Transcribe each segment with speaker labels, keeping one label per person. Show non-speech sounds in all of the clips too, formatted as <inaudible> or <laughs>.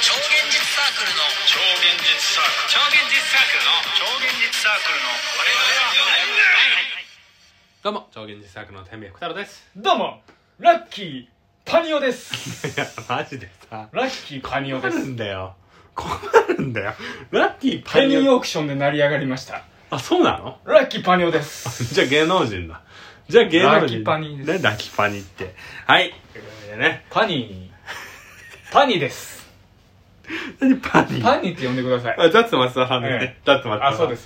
Speaker 1: 超現実サークルの
Speaker 2: 超現実サークル
Speaker 1: 超現実サークルの
Speaker 2: 超現実サークルの我
Speaker 3: どうも超現実作の天命福太郎です
Speaker 4: どうもラッキーパニオです
Speaker 3: いやマジで
Speaker 4: <laughs>
Speaker 3: さ
Speaker 4: ラッキーパニオ
Speaker 3: 困
Speaker 4: で
Speaker 3: る
Speaker 4: す
Speaker 3: んだよ困るんだよラッキーパ
Speaker 4: ペ
Speaker 3: ニ
Speaker 4: ニー
Speaker 3: オ
Speaker 4: オークションで成り上がりました
Speaker 3: あそうなの <laughs>
Speaker 4: ラッキーパニオです
Speaker 3: じゃあ芸能人だじゃあ芸能人
Speaker 4: ラキパニです
Speaker 3: ねラキパニってはいということでね
Speaker 4: パニーパニーです
Speaker 3: 何パニ
Speaker 4: パニーって呼んでください
Speaker 3: あ、ジャッツ松田さんですね
Speaker 4: え。
Speaker 3: ジャッツ松田さん。
Speaker 4: あそうです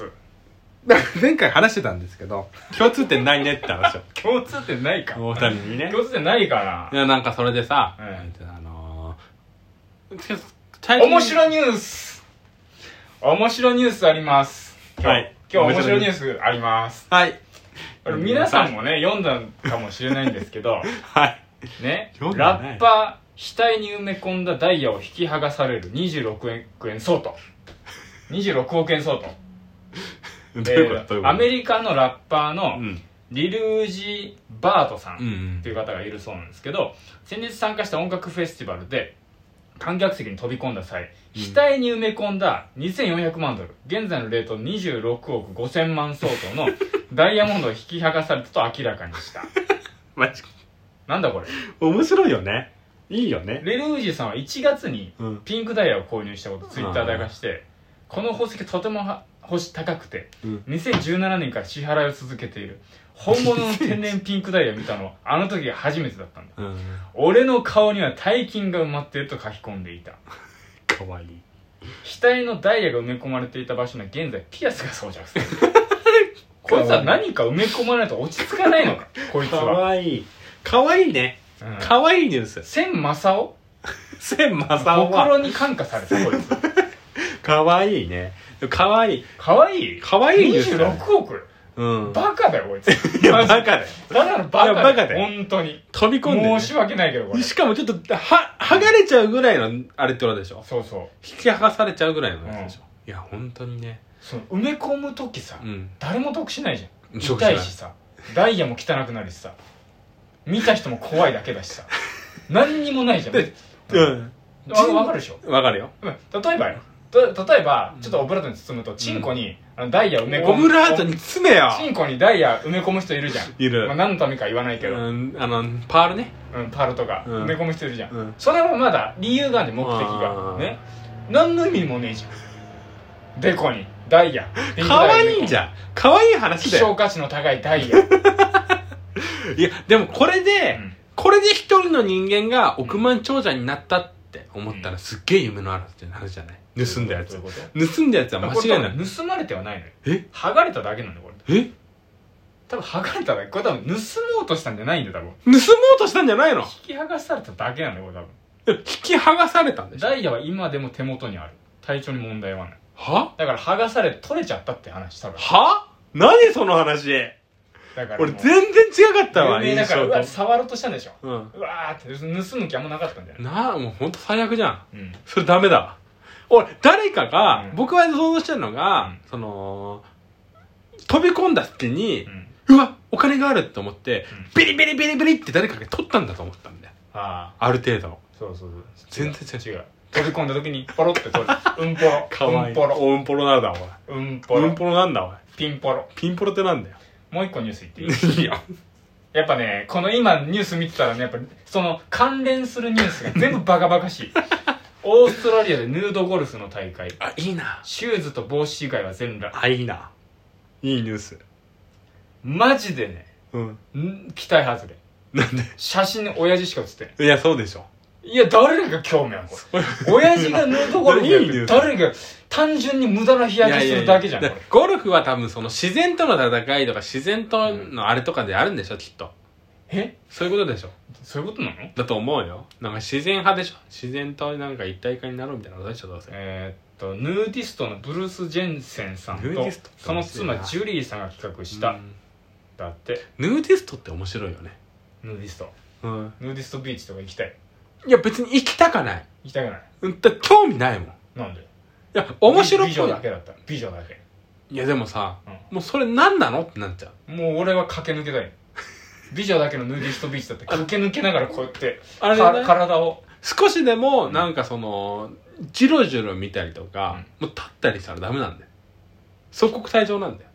Speaker 3: す。前回話してたんですけど、共通点ないねって話を。
Speaker 4: 共通点ないか
Speaker 3: 大谷にね。
Speaker 4: 共通点ないか
Speaker 3: いや、なんかそれでさ、
Speaker 4: え
Speaker 3: あの
Speaker 4: な
Speaker 3: ー、
Speaker 4: 面
Speaker 3: い。
Speaker 4: 白ニュース面白ニュースあります今日,、
Speaker 3: はい
Speaker 4: 今日面白ニュースあります
Speaker 3: はい。
Speaker 4: これ皆さんもね読んだかもしれないんですけど
Speaker 3: はい。
Speaker 4: ね
Speaker 3: 読んでない
Speaker 4: ラッパー額に埋め込んだダイヤを引き剥がされる26億円相当26億円相当
Speaker 3: <laughs> どう
Speaker 4: え
Speaker 3: いうことどういうこ
Speaker 4: ー
Speaker 3: と
Speaker 4: アメリカのラッパーの
Speaker 3: うん。
Speaker 4: リルージ・バートさ
Speaker 3: うんん
Speaker 4: という方がいるそうなんですけど先日参加した音楽フェスティバルで観客席に飛び込んだ際
Speaker 3: うん
Speaker 4: 額に埋め込んだ2400万ドル現在のレート26億5000万相当のダイヤモンドを引き剥がされたと明らかにした
Speaker 3: マジ
Speaker 4: なんだこれ
Speaker 3: 面白いよね。いいよね。
Speaker 4: レルージさんは1月に
Speaker 3: うん。
Speaker 4: ピンクダイヤを購入したことツイッターで明かしてこの宝石とてもは星高くて
Speaker 3: うん
Speaker 4: 2017年から支払いを続けている本物の天然ピンクダイヤを見た
Speaker 3: <laughs>
Speaker 4: のはあの時が初めてだったんだ
Speaker 3: うん。
Speaker 4: 俺の顔には大金が埋まっていると書き込んでいた
Speaker 3: かわいい。
Speaker 4: 額のダイヤが埋め込まれていた場所には現在ピアスが装着されてい
Speaker 3: <laughs>
Speaker 4: るこいつは何か埋め込まれないと落ち着かないのかこいつ
Speaker 3: か
Speaker 4: は、
Speaker 3: わいい。かわいいね。
Speaker 4: うん、
Speaker 3: かわいいニュース。
Speaker 4: 千正雄
Speaker 3: 千正雄は。
Speaker 4: 心に感化されたこいつ
Speaker 3: かわいいね。かわいい。
Speaker 4: かわいい
Speaker 3: かわいいニュースだね。
Speaker 4: 26億よ
Speaker 3: うん。
Speaker 4: バカだよこいつ
Speaker 3: いや、バカだよ。
Speaker 4: ただのバカ
Speaker 3: いやバカだよ
Speaker 4: 本当に
Speaker 3: 飛び込んで、ね
Speaker 4: 申。し訳ないけどこれ
Speaker 3: しかもちょっと、は、剥がれちゃうぐらいの、あれってことでしょ
Speaker 4: そうそう
Speaker 3: 引き剥がされちゃうぐらいのやつでしょ、いや、本当にね。
Speaker 4: その埋め込む時さ、
Speaker 3: うん。
Speaker 4: 誰も得しないじゃん
Speaker 3: 得しない
Speaker 4: 痛いしさダイヤも汚くなるしさ見た人も怖いだけだしさ何にもないじゃん
Speaker 3: で
Speaker 4: う
Speaker 3: うん。
Speaker 4: あ分かるでしょ
Speaker 3: わかるよ。
Speaker 4: うん例えばよと例えばちょっとオブラートに包むとチンコにあのダイヤ埋め込む
Speaker 3: オブラートに詰めよ
Speaker 4: チンコにダイヤ埋め込む人いるじゃん
Speaker 3: いる
Speaker 4: まあ、何のためか言わないけ
Speaker 3: う
Speaker 4: ど、うん
Speaker 3: ん、あの、パールね。
Speaker 4: パールとか
Speaker 3: うん
Speaker 4: 埋め込む人いるじゃん、
Speaker 3: うん
Speaker 4: それもまだ理由があるんで目的
Speaker 3: あ
Speaker 4: が
Speaker 3: ー
Speaker 4: ね何の意味もねえじゃんデコにダイヤ
Speaker 3: かわいいじ
Speaker 4: ん
Speaker 3: ゃん。かわいい話
Speaker 4: 希
Speaker 3: だよ。
Speaker 4: 少価値の高いダイヤ、う
Speaker 3: いや、でもこれで、
Speaker 4: ん
Speaker 3: これで一人の人間が億万長者になったって思ったら、すっげえ夢のあるっていう話じゃない盗んだやつ
Speaker 4: どう。いうこと
Speaker 3: 盗んだやつは間違いな
Speaker 4: これ多
Speaker 3: い。
Speaker 4: 分盗まれてはないのよ
Speaker 3: え
Speaker 4: 剥がれただけなんだよこれ
Speaker 3: え
Speaker 4: 多分剥がれただけこれ多分盗もうとしたんじゃないんだよ多分
Speaker 3: 盗もうとしたんじゃないの
Speaker 4: 引き剥がされただけなんだよこれ多分
Speaker 3: 引き剥がされたんでしょ
Speaker 4: ダイヤは今でも手元にある体調に問題はない
Speaker 3: は
Speaker 4: だから剥がされて取れちゃったって話多分
Speaker 3: は何その話
Speaker 4: だから
Speaker 3: 俺
Speaker 4: もう
Speaker 3: 全然違かったわ
Speaker 4: 有名だから
Speaker 3: 印
Speaker 4: うわ
Speaker 3: 象と
Speaker 4: 触ろうとしたんでしょ
Speaker 3: うん
Speaker 4: うわーって盗む気あんまなかったんじゃない
Speaker 3: なあもうほんと最悪じゃん
Speaker 4: うん
Speaker 3: それダメだわ俺誰かが、
Speaker 4: うん
Speaker 3: 僕が想像してるのが、
Speaker 4: うん
Speaker 3: その飛び込んだ隙に
Speaker 4: う、ん
Speaker 3: うわお金があるって思って、
Speaker 4: うん
Speaker 3: ビリビリビリビリって誰かが取ったんだと思ったんだよ
Speaker 4: ああ
Speaker 3: ある程度
Speaker 4: そうそうそう
Speaker 3: 全然違
Speaker 4: 違う飛び込んだ時にポロ
Speaker 3: <laughs>
Speaker 4: って取るうんぽろ
Speaker 3: かわいい
Speaker 4: うんぽろ
Speaker 3: うんぽろなんだ
Speaker 4: うん
Speaker 3: お
Speaker 4: ぽ
Speaker 3: いうん
Speaker 4: ろ
Speaker 3: ぽろなんだおい
Speaker 4: ピンポロ
Speaker 3: ピンポロってなんだよ
Speaker 4: もう一個ニュース言っていい
Speaker 3: いいよ
Speaker 4: やっぱね、この今ニュース見てたらね、やっぱその関連するニュー
Speaker 3: <laughs>
Speaker 4: スが全部バカバカしい。オーストラリアでヌードゴルフの大会。
Speaker 3: あいいな
Speaker 4: シューズと帽子以外は全裸。
Speaker 3: あいいないいニュース
Speaker 4: マジでね、
Speaker 3: うん
Speaker 4: ん期待外れ。
Speaker 3: なんで
Speaker 4: 写真に親父しか写ってな
Speaker 3: い
Speaker 4: い。
Speaker 3: やそうでしょ
Speaker 4: いや、誰が興味あるこれ。親父がヌードゴルフやっ
Speaker 3: いいニュー
Speaker 4: て
Speaker 3: ス
Speaker 4: 誰が単純に無駄な日焼けするだけじゃん、
Speaker 3: い
Speaker 4: こ
Speaker 3: やいやいやゴルフは多分その自然との戦いとか自然とのあれとかであるんでしょ、きっと
Speaker 4: れ。え
Speaker 3: そういうことでしょ
Speaker 4: そういうことなの
Speaker 3: だと思うよなんか自然派でしょ自然となんか一体化になろうみたいなことでしょどうせ
Speaker 4: えーっとヌーディストのブルース・ジェンセンさん
Speaker 3: ヌーデ
Speaker 4: と
Speaker 3: ィスト
Speaker 4: その妻ジュリーさんが企画した、
Speaker 3: うん
Speaker 4: だって
Speaker 3: ヌーディストって面白いよね
Speaker 4: ヌーディスト
Speaker 3: うん
Speaker 4: ヌーディストビーチとか行きたい
Speaker 3: いや別に行きたかない
Speaker 4: 行きたくない
Speaker 3: うんだって興味ないもんい
Speaker 4: なんで
Speaker 3: や面白
Speaker 4: 美
Speaker 3: く
Speaker 4: 女
Speaker 3: な
Speaker 4: だ
Speaker 3: い
Speaker 4: けだったら美女だけ
Speaker 3: いやでもさ、
Speaker 4: うん
Speaker 3: もうそれ何なのってなっちゃう
Speaker 4: もう俺は駆け抜けたい美女だけのヌーディストビーチだって駆け抜けながらこうやって
Speaker 3: あれ
Speaker 4: か
Speaker 3: ね
Speaker 4: 体を
Speaker 3: 少しでもなんかそのジロジロ見たりとか、もう立ったりしたらダメなんだよ即刻退場なんだよ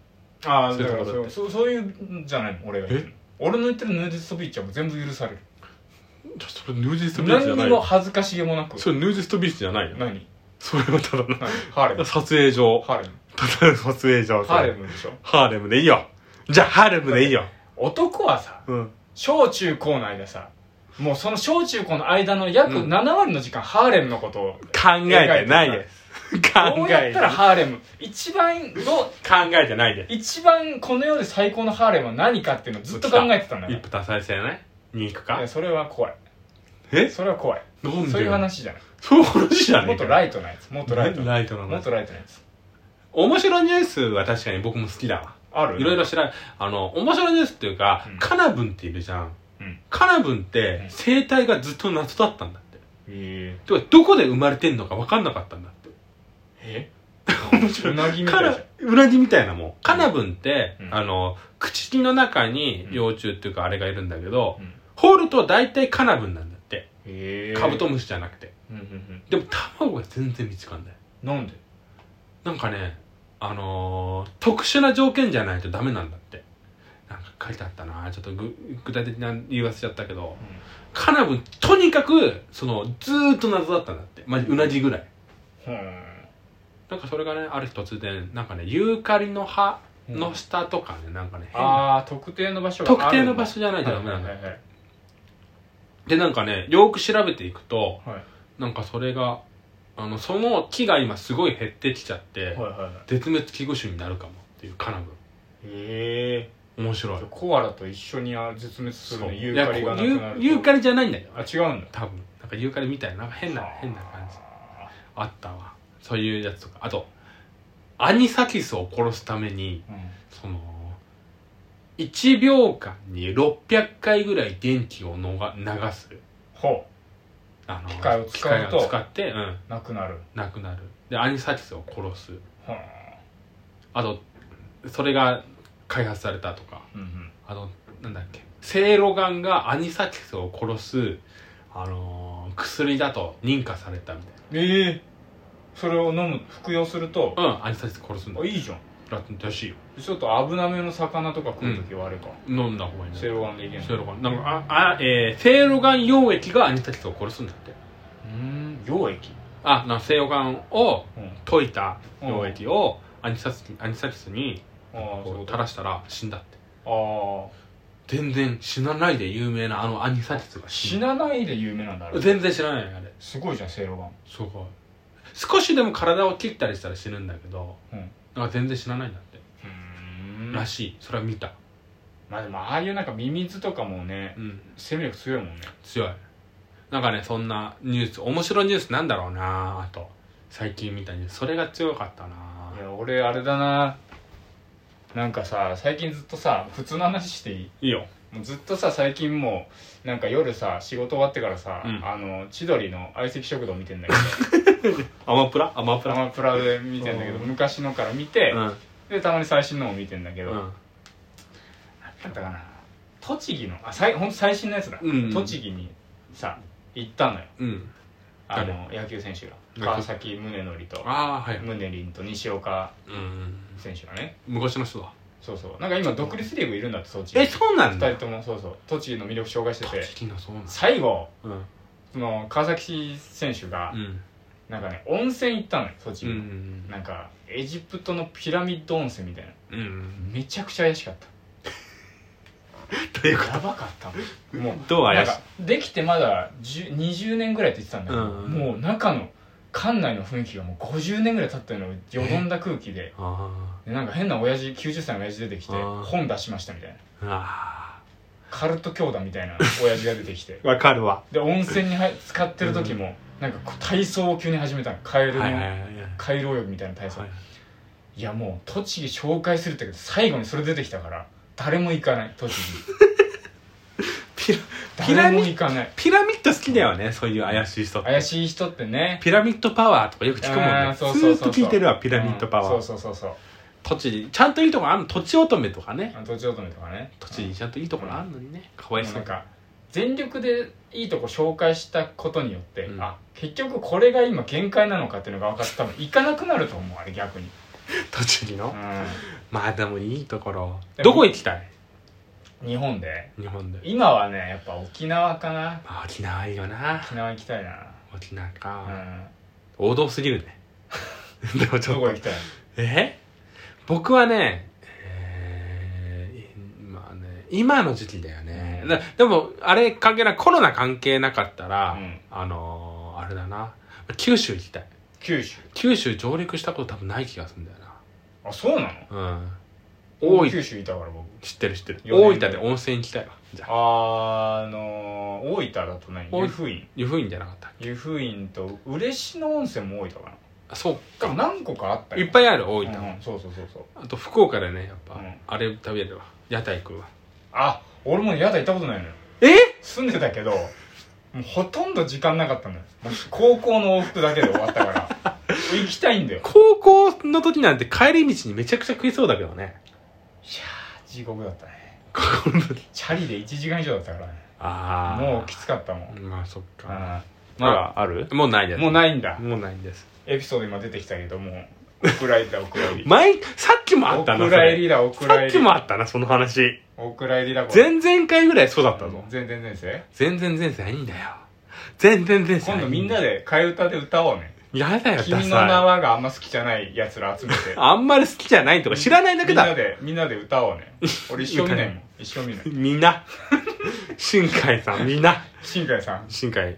Speaker 4: ああ
Speaker 3: そうい
Speaker 4: だ
Speaker 3: う
Speaker 4: か
Speaker 3: とこ
Speaker 4: ら
Speaker 3: ろ
Speaker 4: そうそうそういうんじゃないの俺が言ってる俺の言ってるヌーディストビーチはもう全部許される
Speaker 3: ちょそれヌージストビーチじゃ
Speaker 4: 何
Speaker 3: な
Speaker 4: に
Speaker 3: い
Speaker 4: も
Speaker 3: よ
Speaker 4: 恥ずかしげもなく
Speaker 3: それヌージストビーチじゃないよ
Speaker 4: 何
Speaker 3: それはただの
Speaker 4: 何ハーレム
Speaker 3: 撮影場
Speaker 4: ハーレム
Speaker 3: ただの撮影場
Speaker 4: ハーレムでしょ
Speaker 3: ハーレムでいいよじゃあハーレムでいいよ
Speaker 4: 男はさ
Speaker 3: うん
Speaker 4: 小中高の間さもうその小中高の間の約
Speaker 3: うん
Speaker 4: 7割の時間、ハーレムのことを
Speaker 3: 考えてないです
Speaker 4: ど
Speaker 3: 考
Speaker 4: うや
Speaker 3: え
Speaker 4: ってたらハーレム一番どう
Speaker 3: 考えてないです
Speaker 4: 一番この世で最高のハーレムは何かっていうのをずっと考えてたんだ
Speaker 3: 一
Speaker 4: よ
Speaker 3: 夫多妻制ねに行く
Speaker 4: い
Speaker 3: か
Speaker 4: やそれは怖い
Speaker 3: え
Speaker 4: それは怖い
Speaker 3: なんでよ
Speaker 4: そういう話じゃない
Speaker 3: そういう話じゃね
Speaker 4: も
Speaker 3: え
Speaker 4: っと
Speaker 3: か
Speaker 4: ライトなやつもっとライト
Speaker 3: 何
Speaker 4: な
Speaker 3: ライトな
Speaker 4: もっ
Speaker 3: の
Speaker 4: とライトなやつ
Speaker 3: 面白いニュースは確かに僕も好きだわ
Speaker 4: ある
Speaker 3: いろいろ知らんあの面白いニュースっていうか、
Speaker 4: うん
Speaker 3: カナブンっているじゃん、
Speaker 4: うん
Speaker 3: カナブンっ
Speaker 4: う
Speaker 3: て
Speaker 4: ん
Speaker 3: 生態がずっと謎だったんだって
Speaker 4: え
Speaker 3: てかどこで生まれてんのか分かんなかったんだって
Speaker 4: え
Speaker 3: 面白
Speaker 4: <laughs> う
Speaker 3: い
Speaker 4: なぎみた
Speaker 3: カ
Speaker 4: いじゃ
Speaker 3: ナ
Speaker 4: ん
Speaker 3: うなぎみたいなもんカナブンって、
Speaker 4: うん
Speaker 3: あの口の中に
Speaker 4: うん
Speaker 3: 幼虫っていうかあれがいるんだけど、
Speaker 4: うん
Speaker 3: ホールと大体カナブンなんだって
Speaker 4: え
Speaker 3: カブトムシじゃなくて
Speaker 4: うんうん
Speaker 3: でも卵が全然見つかんない
Speaker 4: うんなんで
Speaker 3: なんかねあのー特殊な条件じゃないとダメなんだってなんか書いてあったなちょっとぐ具体的な理由忘れちゃったけど、カナブンとにかくそのずーっと謎だったんだってまじうなじぐらい
Speaker 4: うん
Speaker 3: なんかそれがねある日突然なんかねユーカリの葉の下とかね、なんかね変な
Speaker 4: ああ特定の場所が
Speaker 3: 特
Speaker 4: ある
Speaker 3: 定
Speaker 4: んだ
Speaker 3: の場所じゃないとダメなんだ
Speaker 4: はいはいはい
Speaker 3: でなんかねよく調べていくと
Speaker 4: はい
Speaker 3: なんかそれがあのその木が今すごい減ってきちゃって、
Speaker 4: はいはいはい
Speaker 3: 絶滅危惧種になるかもっていうカナ
Speaker 4: え
Speaker 3: ブン面白い
Speaker 4: えコアラと一緒にあ絶滅する
Speaker 3: そ
Speaker 4: の
Speaker 3: う
Speaker 4: ユーカリがなく
Speaker 3: いや
Speaker 4: な
Speaker 3: こ
Speaker 4: る
Speaker 3: う
Speaker 4: と
Speaker 3: ユーユーカリじゃないんだよ
Speaker 4: あ違うんだ
Speaker 3: 多分なんかユーカリみたいななんか変な変な感じあったわそういうやつとかあとアニサキスを殺すために
Speaker 4: うん
Speaker 3: その1秒間に600回ぐらい電気をのが流す
Speaker 4: ほ
Speaker 3: あの
Speaker 4: 機械を使うと
Speaker 3: 機械を使って、うん、
Speaker 4: うなくなる
Speaker 3: なくなるでアニサキスを殺す
Speaker 4: は
Speaker 3: あとそれが開発されたとか
Speaker 4: うんうん
Speaker 3: あのなんだっけセいろがんがアニサキスを殺す、あのー薬だと認可されたみたい
Speaker 4: ええそれを飲む服用すると
Speaker 3: なうんアニサキス殺すんだ
Speaker 4: あいいじゃん
Speaker 3: ラテンらしいよ
Speaker 4: ちょっと危なめの魚とか食う時はあれか
Speaker 3: 飲んだ方がいいんだ
Speaker 4: セイロガンでいけんの
Speaker 3: セイロガンなんかああえー、セいろがん溶液がアニサキスを殺すんだって
Speaker 4: うん溶液
Speaker 3: あなセいろがんを
Speaker 4: うん
Speaker 3: 溶いた溶液をアニサキスアニサキスに
Speaker 4: ああ
Speaker 3: こ
Speaker 4: そういう
Speaker 3: う
Speaker 4: こと
Speaker 3: 垂らしたら死んだって
Speaker 4: ああ
Speaker 3: 全然死なないで有名なあのアニサキスが死
Speaker 4: 死
Speaker 3: ん
Speaker 4: なないで有名なんだあれ
Speaker 3: 全然死なないのあれ
Speaker 4: すごいじゃんセイロガン
Speaker 3: すごい少しでも体を切ったりしたら死ぬんだけど、
Speaker 4: うん
Speaker 3: なんか全然死なないんだって、
Speaker 4: うん
Speaker 3: らしいそれは見た
Speaker 4: まあでもああいうなんかミミズとかもね
Speaker 3: うん
Speaker 4: 生命力強いもんね
Speaker 3: 強いなんかねそんなニュース面白いニュースなんだろうなあと最近見たニュースそれが強かったない
Speaker 4: や俺あれだななんかさ最近ずっとさ普通の話していい
Speaker 3: いいよ
Speaker 4: もうずっとさ最近もうなんか夜さ仕事終わってからさ、
Speaker 3: うん
Speaker 4: あの千鳥の相席食堂見てんだけ
Speaker 3: アマプラアマプ <laughs>
Speaker 4: どア
Speaker 3: ラ
Speaker 4: マプラで見てんだけど
Speaker 3: う
Speaker 4: 昔のから見て、
Speaker 3: うん
Speaker 4: でたまに最新のも見てんだけど、
Speaker 3: う
Speaker 4: なん
Speaker 3: ん
Speaker 4: だったかな栃木のあさいほんと最新のやつだ、
Speaker 3: うん
Speaker 4: 栃木にさ行ったのよ
Speaker 3: うん
Speaker 4: あの野球選手が
Speaker 3: 野球
Speaker 4: 川崎宗則と
Speaker 3: ああはい
Speaker 4: 宗凛と西岡
Speaker 3: うん
Speaker 4: 選手がね
Speaker 3: 昔の人だ
Speaker 4: そうそうなんか今独立リーグいるんだって栃木
Speaker 3: えそうなんだ
Speaker 4: 2人ともそうそう栃木の魅力紹介してて
Speaker 3: 栃木のそうなんだ
Speaker 4: 最後
Speaker 3: うん
Speaker 4: その川崎選手が
Speaker 3: うん
Speaker 4: なんかね温泉行ったのよ栃
Speaker 3: う
Speaker 4: 木の、
Speaker 3: ん
Speaker 4: なんかエジプトのピラミッド温泉みたいな
Speaker 3: うん
Speaker 4: めちゃくちゃ怪しかった
Speaker 3: というか
Speaker 4: やばかったも
Speaker 3: <laughs>
Speaker 4: んもう
Speaker 3: どう
Speaker 4: なん
Speaker 3: 怪しい
Speaker 4: かできてまだ10 20年ぐらいって言ってたんだけど、
Speaker 3: うん
Speaker 4: もう中の館内の雰囲気がもう50年ぐらい経ったのよよどんだ空気で
Speaker 3: あ
Speaker 4: でなんか変な親父90歳の親父出てきて
Speaker 3: うん
Speaker 4: 本出しましたみたいな
Speaker 3: ーあ
Speaker 4: カルト教団みたいな親父が出てきて
Speaker 3: ーわかるわ
Speaker 4: で温泉に入使ってる時も、なんかこう体操を急に始めたのカエル
Speaker 3: はい
Speaker 4: の、
Speaker 3: はいはいはい
Speaker 4: カエル泳ぎみたいな体操、
Speaker 3: はい
Speaker 4: い、やもう栃木紹介するってけど最後にそれ出てきたから誰も行かない栃
Speaker 3: ピ
Speaker 4: 木
Speaker 3: ラ <laughs> ピラ
Speaker 4: 誰
Speaker 3: ミ
Speaker 4: も
Speaker 3: ッ
Speaker 4: 行かない
Speaker 3: ピラミッド好きだよねそういう怪しい人
Speaker 4: 怪しい人ってね
Speaker 3: ピラミッドパワーとかよく聞くもん
Speaker 4: あ
Speaker 3: ね
Speaker 4: ーそうそうそうそう
Speaker 3: ずーっと聞いてるわピラミッドパワー、
Speaker 4: うんそうそうそうそう
Speaker 3: 栃木ちゃんといいとこあんのとちおとめとかね
Speaker 4: あのとちおとめとかね
Speaker 3: 栃木ちゃんといいところあんのにね、かわい
Speaker 4: もう
Speaker 3: そ
Speaker 4: な
Speaker 3: うん
Speaker 4: か全力でいいとこ紹介したことによって、
Speaker 3: うん
Speaker 4: あ結局これが今限界なのかっていうのが分かって多分行かなくなると思うあれ逆に、
Speaker 3: 栃木の、まあでもいいところ
Speaker 4: でも
Speaker 3: どこ行きたい
Speaker 4: うん、日本で
Speaker 3: 日本で
Speaker 4: 今はねやっぱ沖縄かな
Speaker 3: まあ沖縄いいよな
Speaker 4: 沖縄行きたいな、
Speaker 3: 沖縄
Speaker 4: う
Speaker 3: か、
Speaker 4: ん、
Speaker 3: 王道すぎる
Speaker 4: <laughs>
Speaker 3: ねでもち
Speaker 4: ど
Speaker 3: ょっ
Speaker 4: こ行
Speaker 3: と
Speaker 4: きたい
Speaker 3: え僕はねえーまあね今の時期だよね、だでもあれ関係ないコロナ関係なかったら、
Speaker 4: うん
Speaker 3: あのーあれだな九州行きたい
Speaker 4: 九州
Speaker 3: 九州上陸したこと多分ない気がするんだよ
Speaker 4: あそうなの
Speaker 3: なうん大
Speaker 4: 九
Speaker 3: 分
Speaker 4: 州いたから僕
Speaker 3: 知ってる知ってる
Speaker 4: 四
Speaker 3: 大
Speaker 4: 年
Speaker 3: 分で温泉行きたいわじゃあ
Speaker 4: あーあのー、大分だと何
Speaker 3: 大
Speaker 4: 湯布院
Speaker 3: 湯布院じゃなかったっ
Speaker 4: 湯布院と嬉野温泉も大分かな
Speaker 3: けそう
Speaker 4: 多分何個かあった
Speaker 3: いっ
Speaker 4: い
Speaker 3: ぱいある大
Speaker 4: 大
Speaker 3: 分、
Speaker 4: 分、うんうんそうそうそうそう
Speaker 3: あと福岡でねやっぱ、
Speaker 4: うん
Speaker 3: あれ食べるわ屋台食うわ
Speaker 4: あ俺も宿行ったことないのよ
Speaker 3: え
Speaker 4: 住んでたけどもうほとんど時間なかったのよもう高校の往復だけで終わったから <laughs> 行きたいんだよいや
Speaker 3: 高校の時なんて帰り道にめちゃくちゃ食いそうだけどね
Speaker 4: ー地獄だったね
Speaker 3: 高校の時
Speaker 4: チャリで1時間以上だったからね
Speaker 3: ああ
Speaker 4: もうきつかったもん、
Speaker 3: まあそっか
Speaker 4: あ
Speaker 3: ま
Speaker 4: だある
Speaker 3: あもうないです
Speaker 4: もうないんだ
Speaker 3: もうないんです
Speaker 4: エピソード今出てきたけどもうお蔵入りだお蔵入
Speaker 3: <laughs>
Speaker 4: り
Speaker 3: 前さっきもあったな
Speaker 4: お
Speaker 3: そ
Speaker 4: 蔵入り
Speaker 3: れ
Speaker 4: だお蔵
Speaker 3: さ
Speaker 4: 入
Speaker 3: っ
Speaker 4: り
Speaker 3: きもあったなその話
Speaker 4: お蔵入りだこれ
Speaker 3: 前々回ぐらいそうだったぞ
Speaker 4: 全然全然
Speaker 3: 全然前世はいいんだよ全然前世
Speaker 4: 今度みんな
Speaker 3: で
Speaker 4: で替え歌で歌おう
Speaker 3: <laughs>
Speaker 4: ね
Speaker 3: やだよ
Speaker 4: 君
Speaker 3: ダ
Speaker 4: の名
Speaker 3: サい
Speaker 4: はがあんま好きじゃないやつら集めて
Speaker 3: あんまり好きじゃないとか <laughs> 知らないだけ
Speaker 4: みんな
Speaker 3: だ
Speaker 4: でみんなで歌お
Speaker 3: <laughs>
Speaker 4: うね俺一生見ないもん一生見ない
Speaker 3: みんな <laughs> 新海さんみんな
Speaker 4: 新海
Speaker 3: <laughs>
Speaker 4: さん
Speaker 3: 新海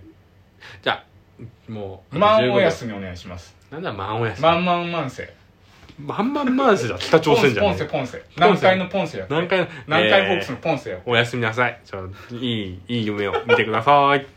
Speaker 3: じゃあもう
Speaker 4: マンお
Speaker 3: や
Speaker 4: 休みお願いします
Speaker 3: なんだマンオヤス
Speaker 4: マンマンマンセ
Speaker 3: マンマンマンスだ北朝
Speaker 4: ポンセ
Speaker 3: 鮮じゃ
Speaker 4: ポ
Speaker 3: な
Speaker 4: ンセ
Speaker 3: い
Speaker 4: ポンセ南海のポンセやって
Speaker 3: 南海の
Speaker 4: 南海ホークス
Speaker 3: え
Speaker 4: のポンセや
Speaker 3: ーおやすみなさいちょいいいい夢を見てください